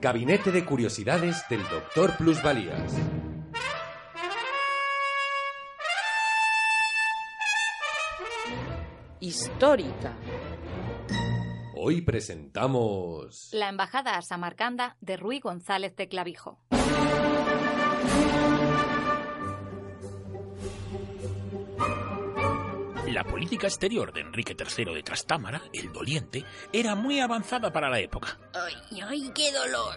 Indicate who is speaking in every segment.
Speaker 1: Gabinete de Curiosidades del Doctor Plusvalías.
Speaker 2: Histórica.
Speaker 1: Hoy presentamos...
Speaker 3: La embajada a Samarcanda de Ruy González de Clavijo.
Speaker 4: La política exterior de Enrique III de Trastámara, el doliente, era muy avanzada para la época.
Speaker 5: ¡Ay, ay, qué dolor!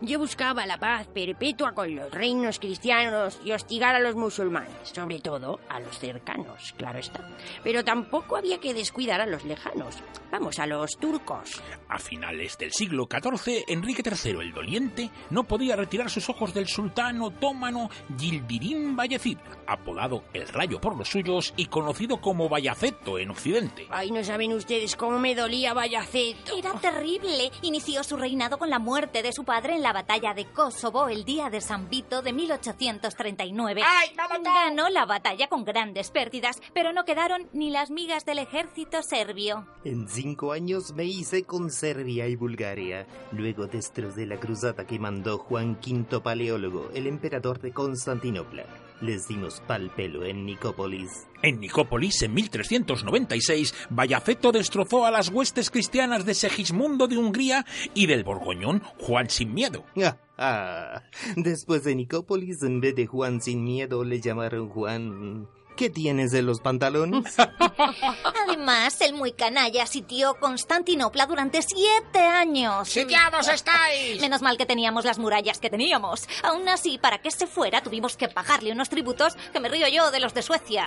Speaker 5: Yo buscaba la paz perpetua con los reinos cristianos y hostigar a los musulmanes, sobre todo a los cercanos, claro está. Pero tampoco había que descuidar a los lejanos, vamos, a los turcos.
Speaker 4: A finales del siglo XIV, Enrique III el doliente no podía retirar sus ojos del sultán otomano Yildirim Bayezid, apodado el Rayo por los suyos y conocido como Bayaceto en Occidente.
Speaker 5: Ay, no saben ustedes cómo me dolía Bayaceto.
Speaker 3: Era terrible. Inició su reinado con la muerte de su padre en la batalla de Kosovo el día de San Vito de 1839.
Speaker 5: ¡Ay, me ha matado!
Speaker 3: Ganó la batalla con grandes pérdidas, pero no quedaron ni las migas del ejército serbio.
Speaker 6: En cinco años me hice con Serbia y Bulgaria. Luego destrocé la cruzada que mandó Juan V Paleólogo, el emperador de Constantinopla. Les dimos pal pelo en Nicópolis.
Speaker 4: En Nicópolis, en 1396, Bayaceto destrozó a las huestes cristianas de Segismundo de Hungría y del borgoñón Juan sin Miedo.
Speaker 6: Ah, ah. Después de Nicópolis, en vez de Juan sin miedo, le llamaron Juan... ¿Qué tienes de los pantalones?
Speaker 3: Además, el muy canalla sitió Constantinopla durante siete años.
Speaker 7: ¡Sitiados estáis!
Speaker 3: Menos mal que teníamos las murallas que teníamos. Aún así, para que se fuera, tuvimos que pagarle unos tributos que me río yo de los de Suecia.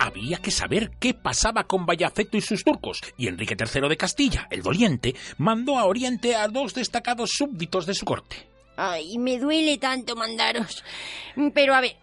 Speaker 4: Había que saber qué pasaba con Bayaceto y sus turcos, y Enrique III de Castilla, el doliente, mandó a Oriente a dos destacados súbditos de su corte.
Speaker 5: Ay, me duele tanto mandaros. Pero a ver,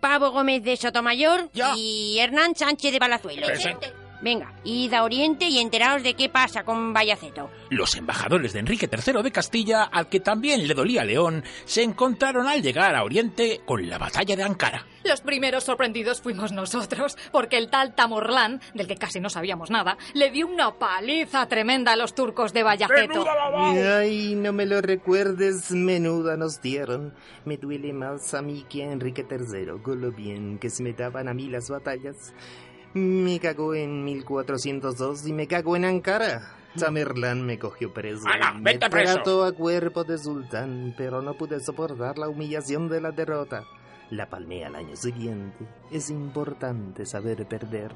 Speaker 5: Pavo Gómez de Sotomayor
Speaker 7: Yo.
Speaker 5: y Hernán Sánchez de Palazuelo.
Speaker 7: Presente.
Speaker 5: Venga, id a Oriente y enteraos de qué pasa con Bayaceto.
Speaker 4: Los embajadores de Enrique III de Castilla, al que también le dolía León, se encontraron al llegar a Oriente con la batalla de Ankara.
Speaker 8: Los primeros sorprendidos fuimos nosotros, porque el tal Tamorlán, del que casi no sabíamos nada, le dio una paliza tremenda a los turcos de Bayaceto.
Speaker 6: Ay, no me lo recuerdes, menuda nos dieron. Me duele más a mí que a Enrique III, con lo bien que se me daban a mí las batallas. Me cagó en 1402 y me cagó en Ankara. Tamerlán me cogió preso.
Speaker 7: ¡Hala,
Speaker 6: y me
Speaker 7: vete preso!
Speaker 6: trató a cuerpo de sultán, pero no pude soportar la humillación de la derrota. La palmé al año siguiente. Es importante saber perder.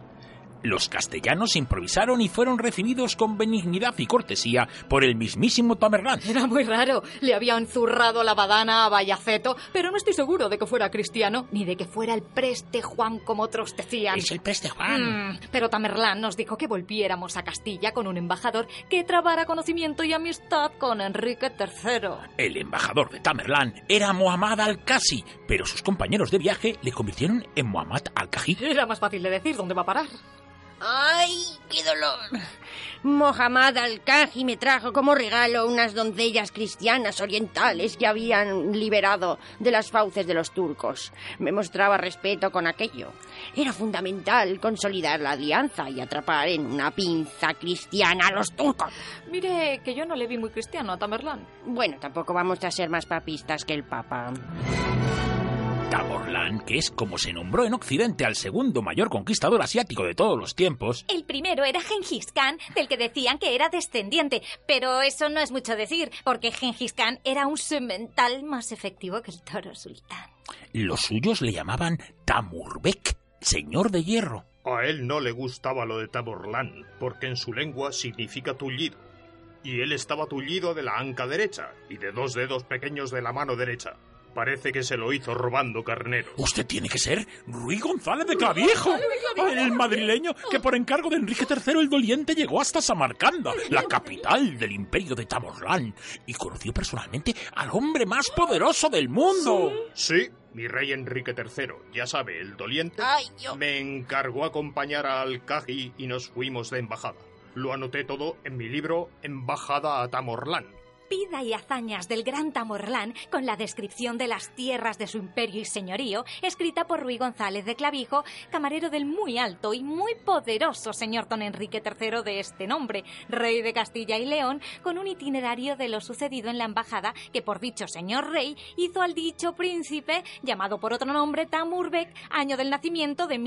Speaker 4: Los castellanos improvisaron y fueron recibidos con benignidad y cortesía por el mismísimo Tamerlán.
Speaker 8: Era muy raro. Le habían zurrado la badana a Bayaceto, pero no estoy seguro de que fuera cristiano ni de que fuera el preste Juan como otros decían.
Speaker 4: Es el preste Juan.
Speaker 8: Mm, pero Tamerlán nos dijo que volviéramos a Castilla con un embajador que trabara conocimiento y amistad con Enrique III.
Speaker 4: El embajador de Tamerlán era Muhammad al-Kasi, pero sus compañeros de viaje le convirtieron en Muhammad al-Kaji.
Speaker 8: Era más fácil de decir dónde va a parar.
Speaker 5: ¡Ay, qué dolor! Mohammad al-Kaji me trajo como regalo unas doncellas cristianas orientales que habían liberado de las fauces de los turcos. Me mostraba respeto con aquello. Era fundamental consolidar la alianza y atrapar en una pinza cristiana a los turcos.
Speaker 8: Mire que yo no le vi muy cristiano a Tamerlán.
Speaker 5: Bueno, tampoco vamos a ser más papistas que el Papa.
Speaker 4: Tamerlán, que es como se nombró en Occidente al segundo mayor conquistador asiático de todos los tiempos,
Speaker 3: El primero era Genghis Khan, del que decían que era descendiente, pero eso no es mucho decir, porque Genghis Khan era un semental más efectivo que el toro sultán.
Speaker 4: los suyos le llamaban Tamurbek, señor de hierro.
Speaker 9: A él no le gustaba lo de Taborlán, porque en su lengua significa tullido. Y él estaba tullido de la anca derecha y de dos dedos pequeños de la mano derecha. Parece que se lo hizo robando carneros.
Speaker 4: Usted tiene que ser Ruy González de Claviejo, el madrileño que por encargo de Enrique III el Doliente llegó hasta Samarcanda, la capital del imperio de Tamorlán, y conoció personalmente al hombre más poderoso del mundo.
Speaker 9: Sí, mi rey Enrique III, ya sabe, el doliente,
Speaker 5: Ay, yo.
Speaker 9: me encargó acompañar a Alcaji y nos fuimos de embajada. Lo anoté todo en mi libro Embajada a Tamorlán.
Speaker 3: Vida y hazañas del gran Tamorlán, con la descripción de las tierras de su imperio y señorío, escrita por Ruy González de Clavijo, camarero del muy alto y muy poderoso señor don Enrique III de este nombre, rey de Castilla y León, con un itinerario de lo sucedido en la embajada que por dicho señor rey hizo al dicho príncipe, llamado por otro nombre Tamurbec, año del nacimiento de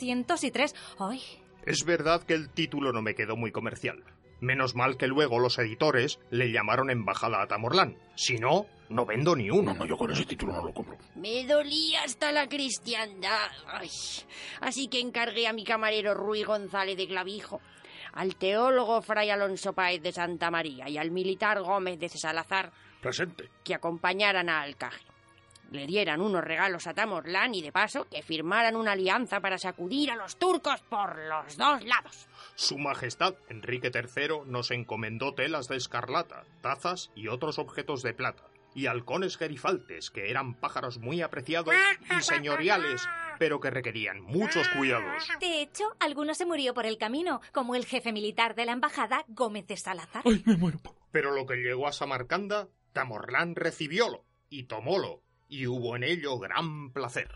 Speaker 3: 1403. ¡Ay!
Speaker 9: Es verdad que el título no me quedó muy comercial. Menos mal que luego los editores le llamaron Embajada a Tamorlán. Si no, no vendo ni uno.
Speaker 4: No, no, yo con ese título no lo compro.
Speaker 5: Me dolía hasta la cristiandad. Ay, así que encargué a mi camarero Ruy González de Clavijo, al teólogo Fray Alonso Páez de Santa María y al militar Gómez de Salazar
Speaker 4: Presente.
Speaker 5: que acompañaran a Alcaje. Le dieran unos regalos a Tamorlán y de paso que firmaran una alianza para sacudir a los turcos por los dos lados.
Speaker 9: Su Majestad Enrique III nos encomendó telas de escarlata, tazas y otros objetos de plata, y halcones gerifaltes, que eran pájaros muy apreciados y señoriales, pero que requerían muchos cuidados.
Speaker 3: De hecho, alguno se murió por el camino, como el jefe militar de la embajada, Gómez de Salazar.
Speaker 4: Ay, me muero.
Speaker 9: Pero lo que llegó a Samarcanda, Tamorlán recibiólo y tomólo, y hubo en ello gran placer.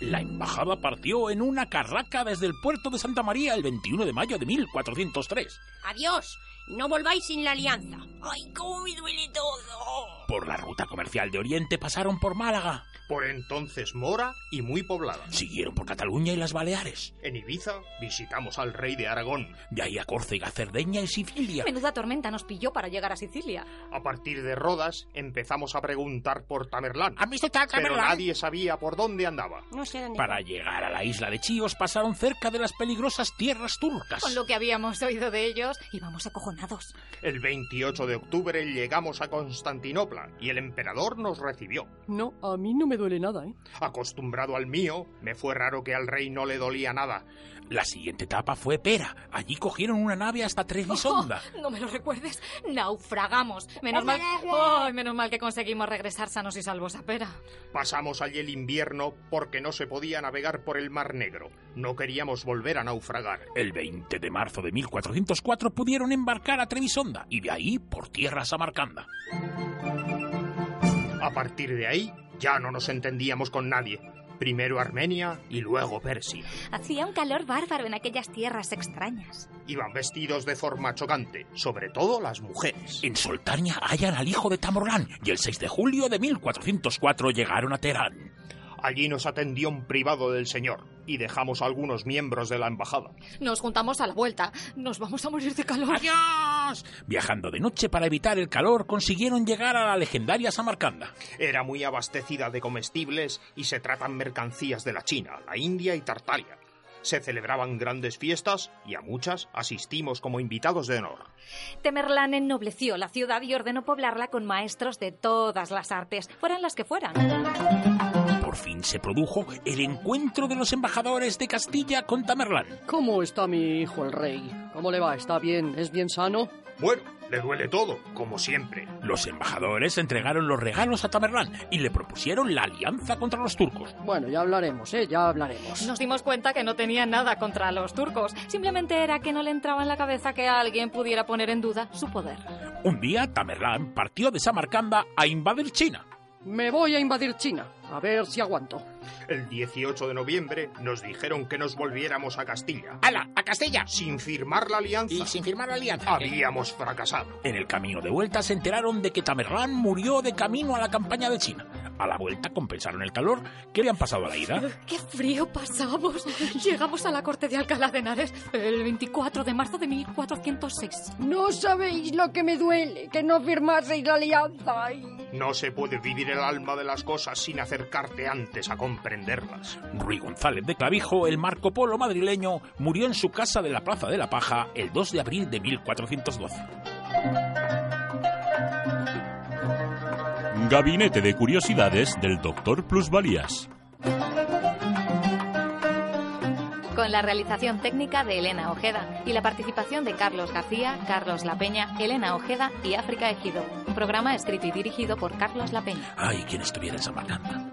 Speaker 4: La embajada partió en una carraca desde el puerto de Santa María el 21 de mayo de 1403.
Speaker 5: Adiós, y no volváis sin la alianza. Ay, cómo me duele todo.
Speaker 4: Por la ruta comercial de Oriente pasaron por Málaga,
Speaker 9: Por entonces mora y muy poblada.
Speaker 4: siguieron por Cataluña y las Baleares,
Speaker 9: En Ibiza visitamos al rey de Aragón.
Speaker 4: de ahí a Córcega, Cerdeña y Sicilia.
Speaker 8: Menuda tormenta nos pilló para llegar a Sicilia.
Speaker 9: A partir de Rodas empezamos a preguntar por Tamerlán,
Speaker 5: ¿Has visto tal
Speaker 9: pero nadie sabía por dónde andaba.
Speaker 5: No sé dónde.
Speaker 4: Para llegar a la isla de Chios pasaron cerca de las peligrosas tierras turcas.
Speaker 8: Con lo que habíamos oído de ellos, íbamos acojonados.
Speaker 9: El 28 de octubre llegamos a Constantinopla y el emperador nos recibió.
Speaker 5: No, a mí no me duele nada, ¿eh?
Speaker 9: Acostumbrado al mío, me fue raro que al rey no le dolía nada.
Speaker 4: La siguiente etapa fue Pera. Allí cogieron una nave hasta Trebisonda.
Speaker 8: No me lo recuerdes. Naufragamos. Menos mal. Ay, menos mal que conseguimos regresar sanos y salvos a Pera.
Speaker 9: Pasamos allí el invierno porque no se podía navegar por el Mar Negro. No queríamos volver a naufragar.
Speaker 4: El 20 de marzo de 1404 pudieron embarcar a Trebisonda y de ahí por tierra a Samarcanda.
Speaker 9: A partir de ahí, ya no nos entendíamos con nadie. Primero Armenia y luego Persia.
Speaker 3: Hacía un calor bárbaro en aquellas tierras extrañas.
Speaker 9: Iban vestidos de forma chocante, sobre todo las mujeres.
Speaker 4: En Soltania hallan al hijo de Tamorlán y el 6 de julio de 1404 llegaron a Teherán.
Speaker 9: Allí nos atendió un privado del señor y dejamos a algunos miembros de la embajada.
Speaker 8: Nos juntamos a la vuelta. Nos vamos a morir de calor.
Speaker 4: ¡Adiós! Viajando de noche para evitar el calor, consiguieron llegar a la legendaria Samarcanda.
Speaker 9: Era muy abastecida de comestibles y se tratan mercancías de la China, la India y Tartaria. Se celebraban grandes fiestas y a muchas asistimos como invitados de honor.
Speaker 3: Temerlán ennobleció la ciudad y ordenó poblarla con maestros de todas las artes, fueran las que fueran.
Speaker 4: Por fin se produjo el encuentro de los embajadores de Castilla con Tamerlán.
Speaker 2: ¿Cómo está mi hijo el rey? ¿Cómo le va? ¿Está bien? ¿Es bien sano?
Speaker 9: Bueno, le duele todo, como siempre.
Speaker 4: Los embajadores entregaron los regalos a Tamerlán y le propusieron la alianza contra los turcos.
Speaker 2: Bueno, ya hablaremos, ¿eh? Ya hablaremos.
Speaker 8: Nos dimos cuenta que no tenía nada contra los turcos. Simplemente era que no le entraba en la cabeza que alguien pudiera poner en duda su poder.
Speaker 4: Un día, Tamerlán partió de Samarcanda a invadir China.
Speaker 2: Me voy a invadir China. A ver si aguanto.
Speaker 9: El 18 de noviembre nos dijeron que nos volviéramos a Castilla.
Speaker 4: ¡Hala! ¡A Castilla!
Speaker 9: Sin firmar la alianza.
Speaker 4: firmar la alianza.
Speaker 9: Habíamos fracasado.
Speaker 4: Ah, En el camino de vuelta se enteraron de que Tamerlán murió de camino a la campaña de China. A la vuelta compensaron el calor que habían pasado a la ida.
Speaker 8: ¡Qué frío pasamos! Llegamos a la corte de Alcalá de Henares el 24 de marzo de 1406.
Speaker 5: No sabéis lo que me duele, que no firmaseis la alianza. Ay.
Speaker 9: No se puede vivir el alma de las cosas sin acercarte antes a comprenderlas.
Speaker 4: Ruy González de Clavijo, el Marco Polo madrileño, murió en su casa de la Plaza de la Paja el 2 de abril de 1412.
Speaker 7: Gabinete de Curiosidades del Doctor Plusvalías.
Speaker 10: Con la realización técnica de Elena Ojeda y la participación de Carlos García, Carlos La Peña, Elena Ojeda y África Ejido. Un programa escrito y dirigido por Carlos La Peña.
Speaker 4: Ay, quien estuviera en Samarcanda.